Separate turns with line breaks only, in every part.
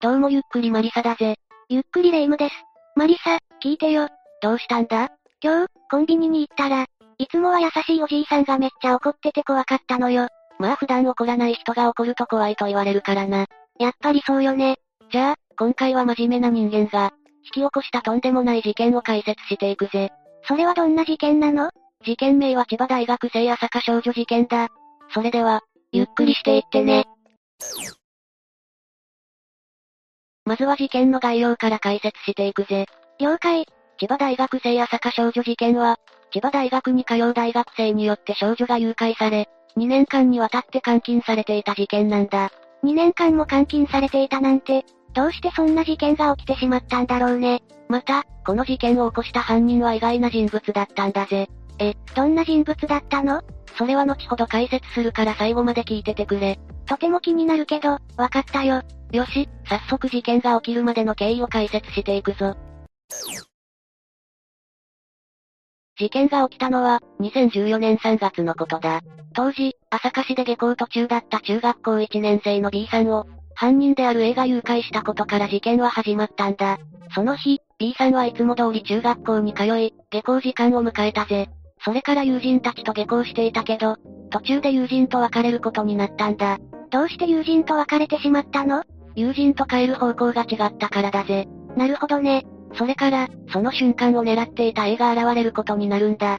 どうもゆっくりマリサだぜ。
ゆっくりレ夢ムです。マリサ、聞いてよ。
どうしたんだ
今日、コンビニに行ったら、いつもは優しいおじいさんがめっちゃ怒ってて怖かったのよ。
まあ普段怒らない人が怒ると怖いと言われるからな。
やっぱりそうよね。
じゃあ、今回は真面目な人間が、引き起こしたとんでもない事件を解説していくぜ。
それはどんな事件なの
事件名は千葉大学生朝香少女事件だ。それでは、
ゆっくりしていってね。
まずは事件の概要から解説していくぜ。
了解。
千葉大学生朝香少女事件は、千葉大学に通う大学生によって少女が誘拐され、2年間にわたって監禁されていた事件なんだ。
2年間も監禁されていたなんて、どうしてそんな事件が起きてしまったんだろうね。
また、この事件を起こした犯人は意外な人物だったんだぜ。
え、どんな人物だったの
それは後ほど解説するから最後まで聞いててくれ。
とても気になるけど、わかったよ。
よし、早速事件が起きるまでの経緯を解説していくぞ。事件が起きたのは、2014年3月のことだ。当時、朝霞市で下校途中だった中学校1年生の B さんを、犯人である A が誘拐したことから事件は始まったんだ。その日、B さんはいつも通り中学校に通い、下校時間を迎えたぜ。それから友人たちと下校していたけど、途中で友人と別れることになったんだ。
どうして友人と別れてしまったの
友人と帰る方向が違ったからだぜ。
なるほどね。
それから、その瞬間を狙っていた A が現れることになるんだ。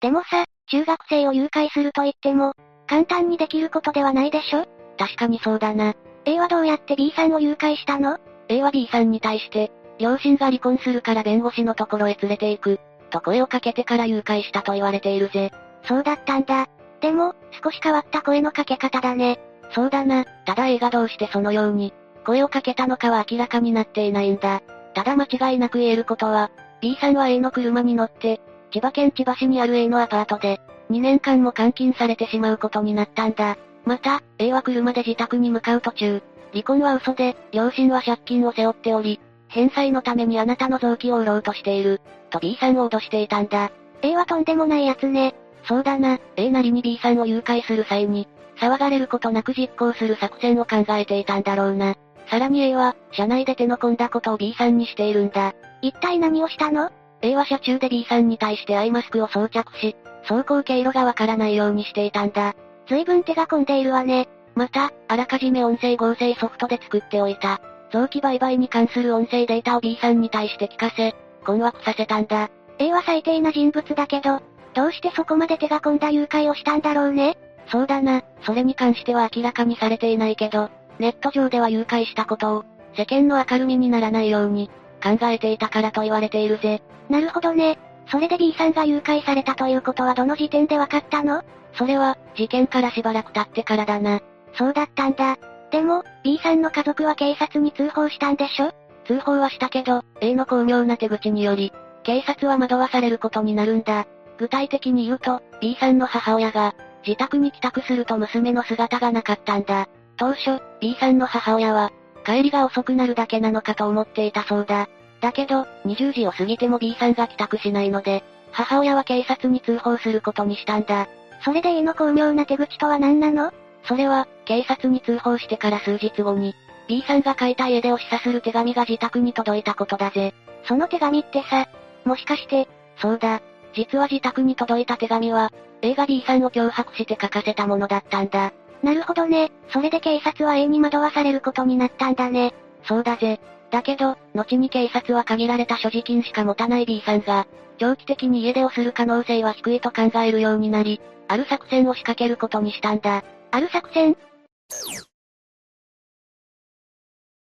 でもさ、中学生を誘拐すると言っても、簡単にできることではないでしょ
確かにそうだな。
A はどうやって B さんを誘拐したの
?A は B さんに対して、両親が離婚するから弁護士のところへ連れて行く、と声をかけてから誘拐したと言われているぜ。
そうだったんだ。でも、少し変わった声のかけ方だね。
そうだな、ただ A がどうしてそのように、声をかけたのかは明らかになっていないんだ。ただ間違いなく言えることは、B さんは A の車に乗って、千葉県千葉市にある A のアパートで、2年間も監禁されてしまうことになったんだ。また、A は車で自宅に向かう途中、離婚は嘘で、両親は借金を背負っており、返済のためにあなたの臓器を売ろうとしている、と B さんを脅していたんだ。
A はとんでもないやつね。
そうだな、A なりに B さんを誘拐する際に、騒がれることなく実行する作戦を考えていたんだろうな。さらに A は、車内で手の込んだことを B さんにしているんだ。
一体何をしたの
?A は車中で B さんに対してアイマスクを装着し、走行経路がわからないようにしていたんだ。
随分手が込んでいるわね。
また、あらかじめ音声合成ソフトで作っておいた、臓器売買に関する音声データを B さんに対して聞かせ、困惑させたんだ。
A は最低な人物だけど、どうしてそこまで手が込んだ誘拐をしたんだろうね。
そうだな、それに関しては明らかにされていないけど、ネット上では誘拐したことを、世間の明るみにならないように、考えていたからと言われているぜ。
なるほどね。それで B さんが誘拐されたということはどの時点でわかったの
それは、事件からしばらく経ってからだな。
そうだったんだ。でも、B さんの家族は警察に通報したんでしょ
通報はしたけど、A の巧妙な手口により、警察は惑わされることになるんだ。具体的に言うと、B さんの母親が、自宅に帰宅すると娘の姿がなかったんだ。当初、B さんの母親は、帰りが遅くなるだけなのかと思っていたそうだ。だけど、20時を過ぎても B さんが帰宅しないので、母親は警察に通報することにしたんだ。
それで A の巧妙な手口とは何なの
それは、警察に通報してから数日後に、B さんが書いた家出を示唆する手紙が自宅に届いたことだぜ。
その手紙ってさ、もしかして、
そうだ。実は自宅に届いた手紙は、A が B さんを脅迫して書かせたものだったんだ。
なるほどね。それで警察は A に惑わされることになったんだね。
そうだぜ。だけど、後に警察は限られた所持金しか持たない B さんが、長期的に家出をする可能性は低いと考えるようになり、ある作戦を仕掛けることにしたんだ。
ある作戦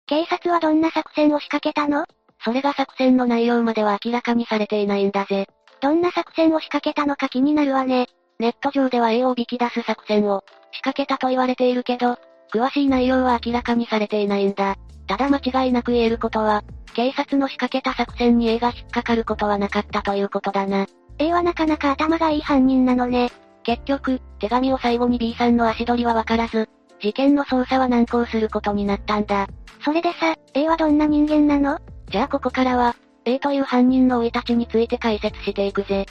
警察はどんな作戦を仕掛けたの
それが作戦の内容までは明らかにされていないんだぜ。
どんな作戦を仕掛けたのか気になるわね。
ネット上では A を引き出す作戦を仕掛けたと言われているけど、詳しい内容は明らかにされていないんだ。ただ間違いなく言えることは、警察の仕掛けた作戦に A が引っかかることはなかったということだな。
A はなかなか頭がいい犯人なのね。
結局、手紙を最後に B さんの足取りはわからず、事件の捜査は難航することになったんだ。
それでさ、A はどんな人間なの
じゃあここからは、A という犯人の生い立ちについて解説していくぜ。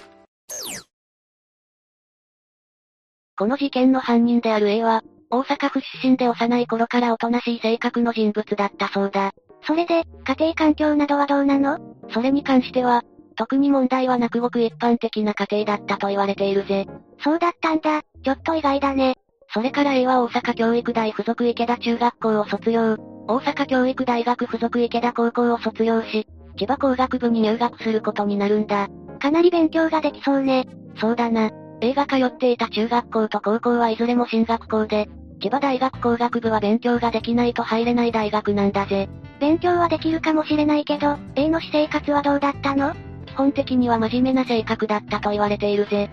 この事件の犯人である A は、大阪府出身で幼い頃からおとなしい性格の人物だったそうだ。
それで、家庭環境などはどうなの
それに関しては、特に問題はなくごく一般的な家庭だったと言われているぜ。
そうだったんだ。ちょっと意外だね。
それから A は大阪教育大附属池田中学校を卒業、大阪教育大学附属池田高校を卒業し、千葉工学部に入学することになるんだ。
かなり勉強ができそうね。
そうだな。A が通っていた中学校と高校はいずれも進学校で、千葉大学工学部は勉強ができないと入れない大学なんだぜ。
勉強はできるかもしれないけど、A の私生活はどうだったの
基本的には真面目な性格だったと言われているぜ。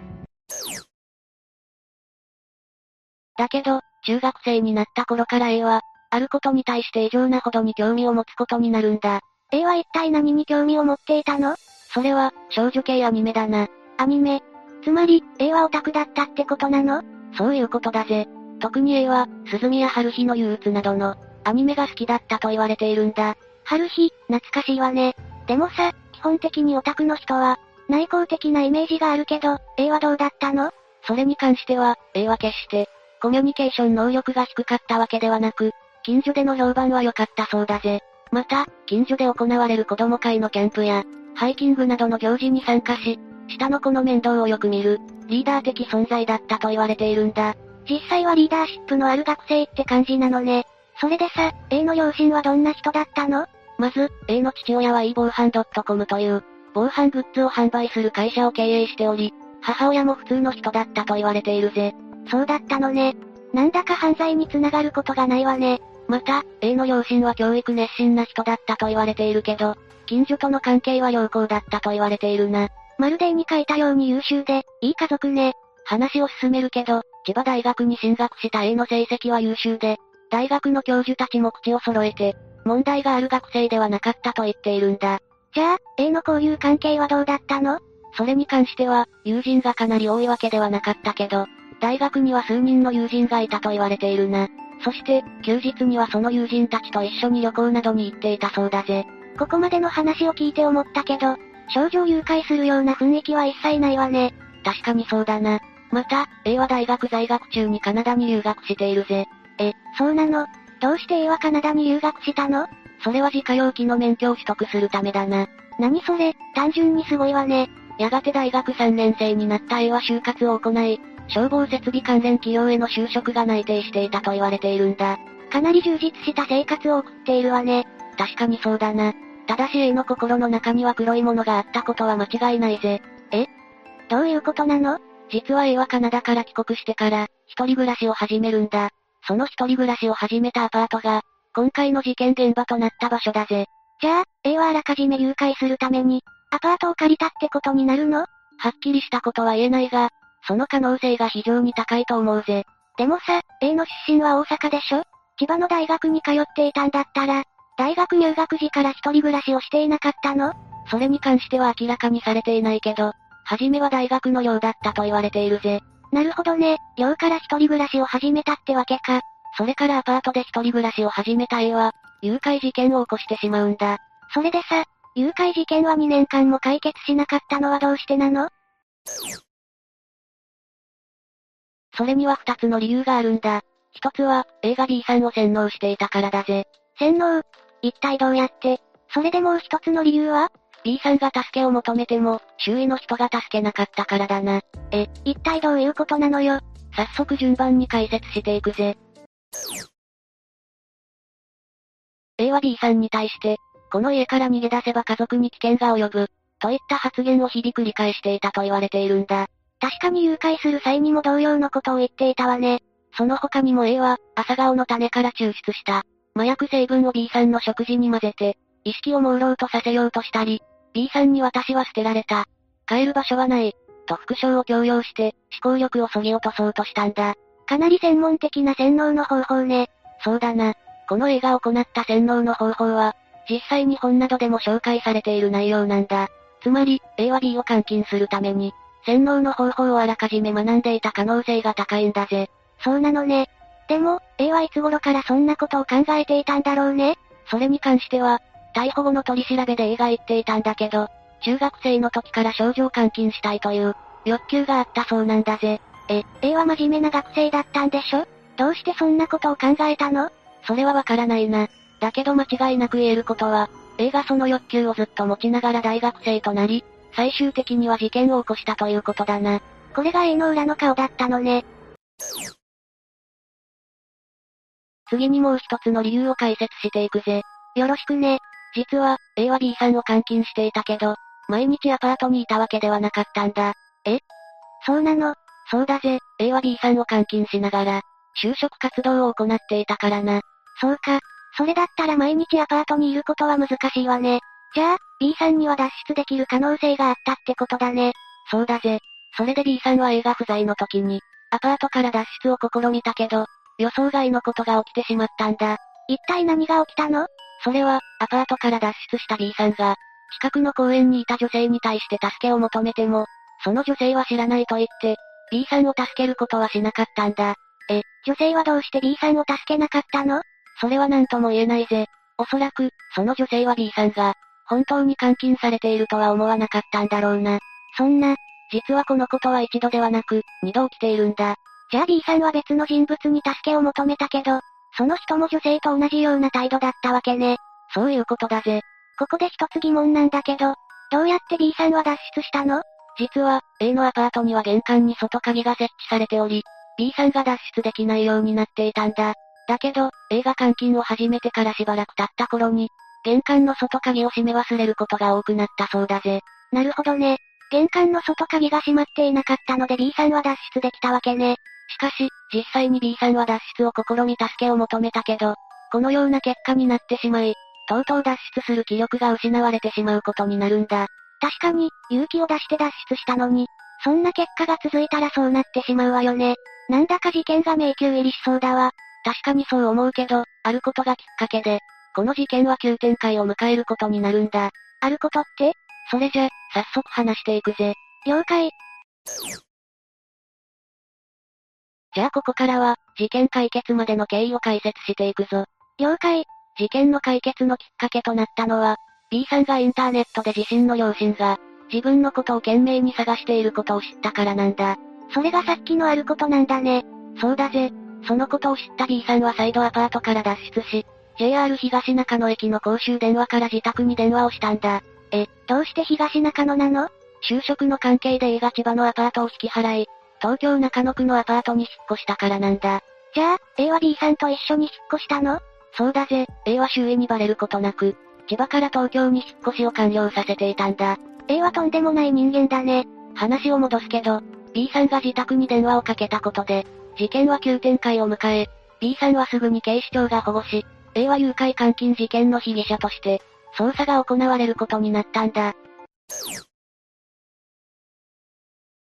だけど、中学生になった頃から A は、あることに対して異常なほどに興味を持つことになるんだ。
A は一体何に興味を持っていたの
それは、少女系アニメだな。
アニメ。つまり、A はオタクだったってことなの
そういうことだぜ。特に A は、鈴宮春日の憂鬱などの、アニメが好きだったと言われているんだ。
春日、懐かしいわね。でもさ、基本的にオタクの人は、内向的なイメージがあるけど、A はどうだったの
それに関しては、A は決して、コミュニケーション能力が低かったわけではなく、近所での評判は良かったそうだぜ。また、近所で行われる子供会のキャンプや、ハイキングなどの行事に参加し、下の子の面倒をよく見る、リーダー的存在だったと言われているんだ。
実際はリーダーシップのある学生って感じなのね。それでさ、A の両親はどんな人だったの
まず、A の父親は e 防犯 .com という、防犯グッズを販売する会社を経営しており、母親も普通の人だったと言われているぜ。
そうだったのね。なんだか犯罪につながることがないわね。
また、A の両親は教育熱心な人だったと言われているけど、近所との関係は良好だったと言われているな。
まるで絵に描いたように優秀で、いい家族ね。
話を進めるけど、千葉大学に進学した A の成績は優秀で、大学の教授たちも口を揃えて、問題がある学生ではなかったと言っているんだ。
じゃあ、A の交友関係はどうだったの
それに関しては、友人がかなり多いわけではなかったけど、大学には数人の友人がいたと言われているな。そして、休日にはその友人たちと一緒に旅行などに行っていたそうだぜ。
ここまでの話を聞いて思ったけど、少女を誘拐するような雰囲気は一切ないわね。
確かにそうだな。また、A は大学在学中にカナダに留学しているぜ。
え、そうなのどうして A はカナダに留学したの
それは自家用機の免許を取得するためだな。
何それ、単純にすごいわね。
やがて大学3年生になった A は就活を行い、消防設備関連企業への就職が内定していたと言われているんだ。
かなり充実した生活を送っているわね。
確かにそうだな。ただし A の心の中には黒いものがあったことは間違いないぜ。
えどういうことなの
実は A はカナダから帰国してから、一人暮らしを始めるんだ。その一人暮らしを始めたアパートが、今回の事件現場となった場所だぜ。
じゃあ、A はあらかじめ誘拐するために、アパートを借りたってことになるのは
っきりしたことは言えないが、その可能性が非常に高いと思うぜ。
でもさ、A の出身は大阪でしょ千葉の大学に通っていたんだったら、大学入学時から一人暮らしをしていなかったの
それに関しては明らかにされていないけど、はじめは大学の寮だったと言われているぜ。
なるほどね、寮から一人暮らしを始めたってわけか。
それからアパートで一人暮らしを始めた A は、誘拐事件を起こしてしまうんだ。
それでさ、誘拐事件は2年間も解決しなかったのはどうしてなの
それには2つの理由があるんだ。一つは、A が B さんを洗脳していたからだぜ。
洗脳一体どうやってそれでもう一つの理由は
?B さんが助けを求めても、周囲の人が助けなかったからだな。
え、一体どういうことなのよ
早速順番に解説していくぜ。A は B さんに対して、この家から逃げ出せば家族に危険が及ぶ、といった発言を日々繰り返していたと言われているんだ。
確かに誘拐する際にも同様のことを言っていたわね。
その他にも A は、朝顔の種から抽出した、麻薬成分を B さんの食事に混ぜて、意識を朦朧とさせようとしたり、B さんに私は捨てられた。帰る場所はない。と副賞を強要して、思考力を削ぎ落とそうとしたんだ。
かなり専門的な洗脳の方法ね。
そうだな。この映画を行った洗脳の方法は、実際に本などでも紹介されている内容なんだ。つまり、A は B を監禁するために、洗脳の方法をあらかじめ学んでいた可能性が高いんだぜ。
そうなのね。でも、A はいつ頃からそんなことを考えていたんだろうね。
それに関しては、逮捕後の取り調べで A が言っていたんだけど、中学生の時から少女を監禁したいという、欲求があったそうなんだぜ。
え、A は真面目な学生だったんでしょどうしてそんなことを考えたの
それはわからないな。だけど間違いなく言えることは、A がその欲求をずっと持ちながら大学生となり、最終的には事件を起こしたということだな。
これが A の裏の顔だったのね。
次にもう一つの理由を解説していくぜ。
よろしくね。
実は、A は B さんを監禁していたけど、毎日アパートにいたわけではなかったんだ。
えそうなの
そうだぜ、A は B さんを監禁しながら、就職活動を行っていたからな。
そうか。それだったら毎日アパートにいることは難しいわね。じゃあ、B さんには脱出できる可能性があったってことだね。
そうだぜ。それで B さんは A が不在の時に、アパートから脱出を試みたけど、予想外のことが起きてしまったんだ。
一体何が起きたの
それは、アパートから脱出した B さんが、近くの公園にいた女性に対して助けを求めても、その女性は知らないと言って、B さんを助けることはしなかったんだ。
え、女性はどうして B さんを助けなかったの
それは何とも言えないぜ。おそらく、その女性は B さんが、本当に監禁されているとは思わなかったんだろうな。
そんな、
実はこのことは一度ではなく、二度起きているんだ。
じゃあ B さんは別の人物に助けを求めたけど、その人も女性と同じような態度だったわけね。
そういうことだぜ。
ここで一つ疑問なんだけど、どうやって B さんは脱出したの
実は、A のアパートには玄関に外鍵が設置されており、B さんが脱出できないようになっていたんだ。だけど、A が監禁を始めてからしばらく経った頃に、玄関の外鍵を閉め忘れることが多くなったそうだぜ。
なるほどね。玄関の外鍵が閉まっていなかったので B さんは脱出できたわけね。
しかし、実際に B さんは脱出を試み助けを求めたけど、このような結果になってしまい、とうとう脱出する気力が失われてしまうことになるんだ。
確かに、勇気を出して脱出したのに、そんな結果が続いたらそうなってしまうわよね。なんだか事件が迷宮入りしそうだわ。
確かにそう思うけど、あることがきっかけで、この事件は急展開を迎えることになるんだ。
あることって
それじゃ、早速話していくぜ。
了解。
じゃあここからは、事件解決までの経緯を解説していくぞ。
了解。
事件の解決のきっかけとなったのは、B さんがインターネットで自身の両親が、自分のことを懸命に探していることを知ったからなんだ。
それがさっきのあることなんだね。
そうだぜ。そのことを知った B さんは再度アパートから脱出し、JR 東中野駅の公衆電話から自宅に電話をしたんだ。
え、どうして東中野なの
就職の関係で A が千葉のアパートを引き払い、東京中野区のアパートに引っ越したからなんだ。
じゃあ、A は B さんと一緒に引っ越したの
そうだぜ、A は周囲にバレることなく、千葉から東京に引っ越しを完了させていたんだ。
A はとんでもない人間だね。
話を戻すけど、B さんが自宅に電話をかけたことで、事件は急展開を迎え、B さんはすぐに警視庁が保護し、A は誘拐監禁事件の被疑者として、捜査が行われることになったんだ。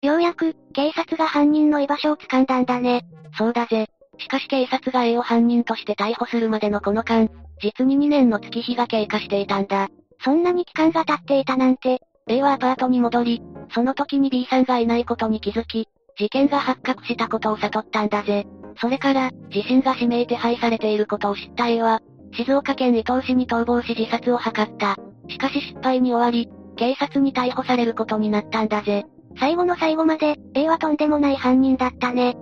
ようやく、警察が犯人の居場所を掴んだんだね。
そうだぜ。しかし警察が A を犯人として逮捕するまでのこの間、実に2年の月日が経過していたんだ。
そんなに期間が経っていたなんて、
A はアパートに戻り、その時に B さんがいないことに気づき、事件が発覚したことを悟ったんだぜ。それから、自身が指名手配されていることを知った A は、静岡県伊東市に逃亡し自殺を図った。しかし失敗に終わり、警察に逮捕されることになったんだぜ。
最後の最後まで、A はとんでもない犯人だったね。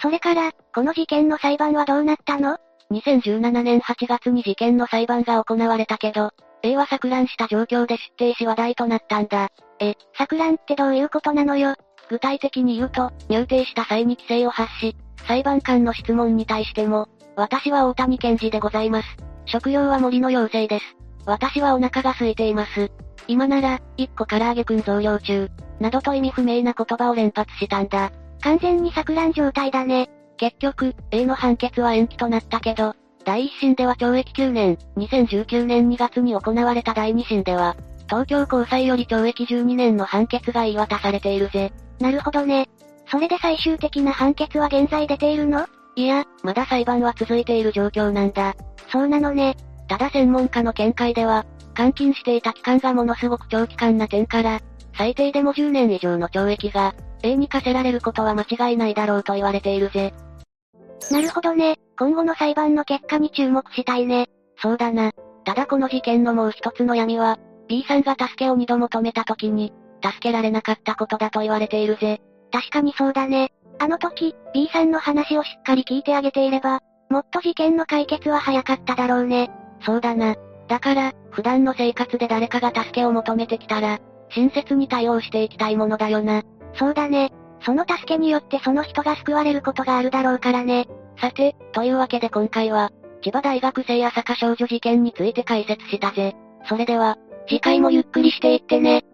それから、この事件の裁判はどうなったの
?2017 年8月に事件の裁判が行われたけど、A は錯乱した状況で出廷し話題となったんだ。
え、錯乱ってどういうことなのよ
具体的に言うと、入廷した際に規制を発し、裁判官の質問に対しても、私は大谷健二でございます。食料は森の妖精です。私はお腹が空いています。今なら、一個唐揚げくん増量中。などと意味不明な言葉を連発したんだ。
完全に錯乱状態だね。
結局、A の判決は延期となったけど、第一審では懲役9年、2019年2月に行われた第二審では、東京高裁より懲役12年の判決が言い渡されているぜ。
なるほどね。それで最終的な判決は現在出ているの
いや、まだ裁判は続いている状況なんだ。
そうなのね。
ただ専門家の見解では、監禁していた期間がものすごく長期間な点から、最低でも10年以上の懲役が、A に課せられることは間違いないだろうと言われているぜ。
なるほどね。今後の裁判の結果に注目したいね。
そうだな。ただこの事件のもう一つの闇は、B さんが助けを二度求めた時に、助けられなかったことだと言われているぜ。
確かにそうだね。あの時、B さんの話をしっかり聞いてあげていれば、もっと事件の解決は早かっただろうね。
そうだな。だから、普段の生活で誰かが助けを求めてきたら、親切に対応していきたいものだよな。
そうだね。その助けによってその人が救われることがあるだろうからね。
さて、というわけで今回は、千葉大学生朝香少女事件について解説したぜ。それでは、
次回もゆっくりしていってね。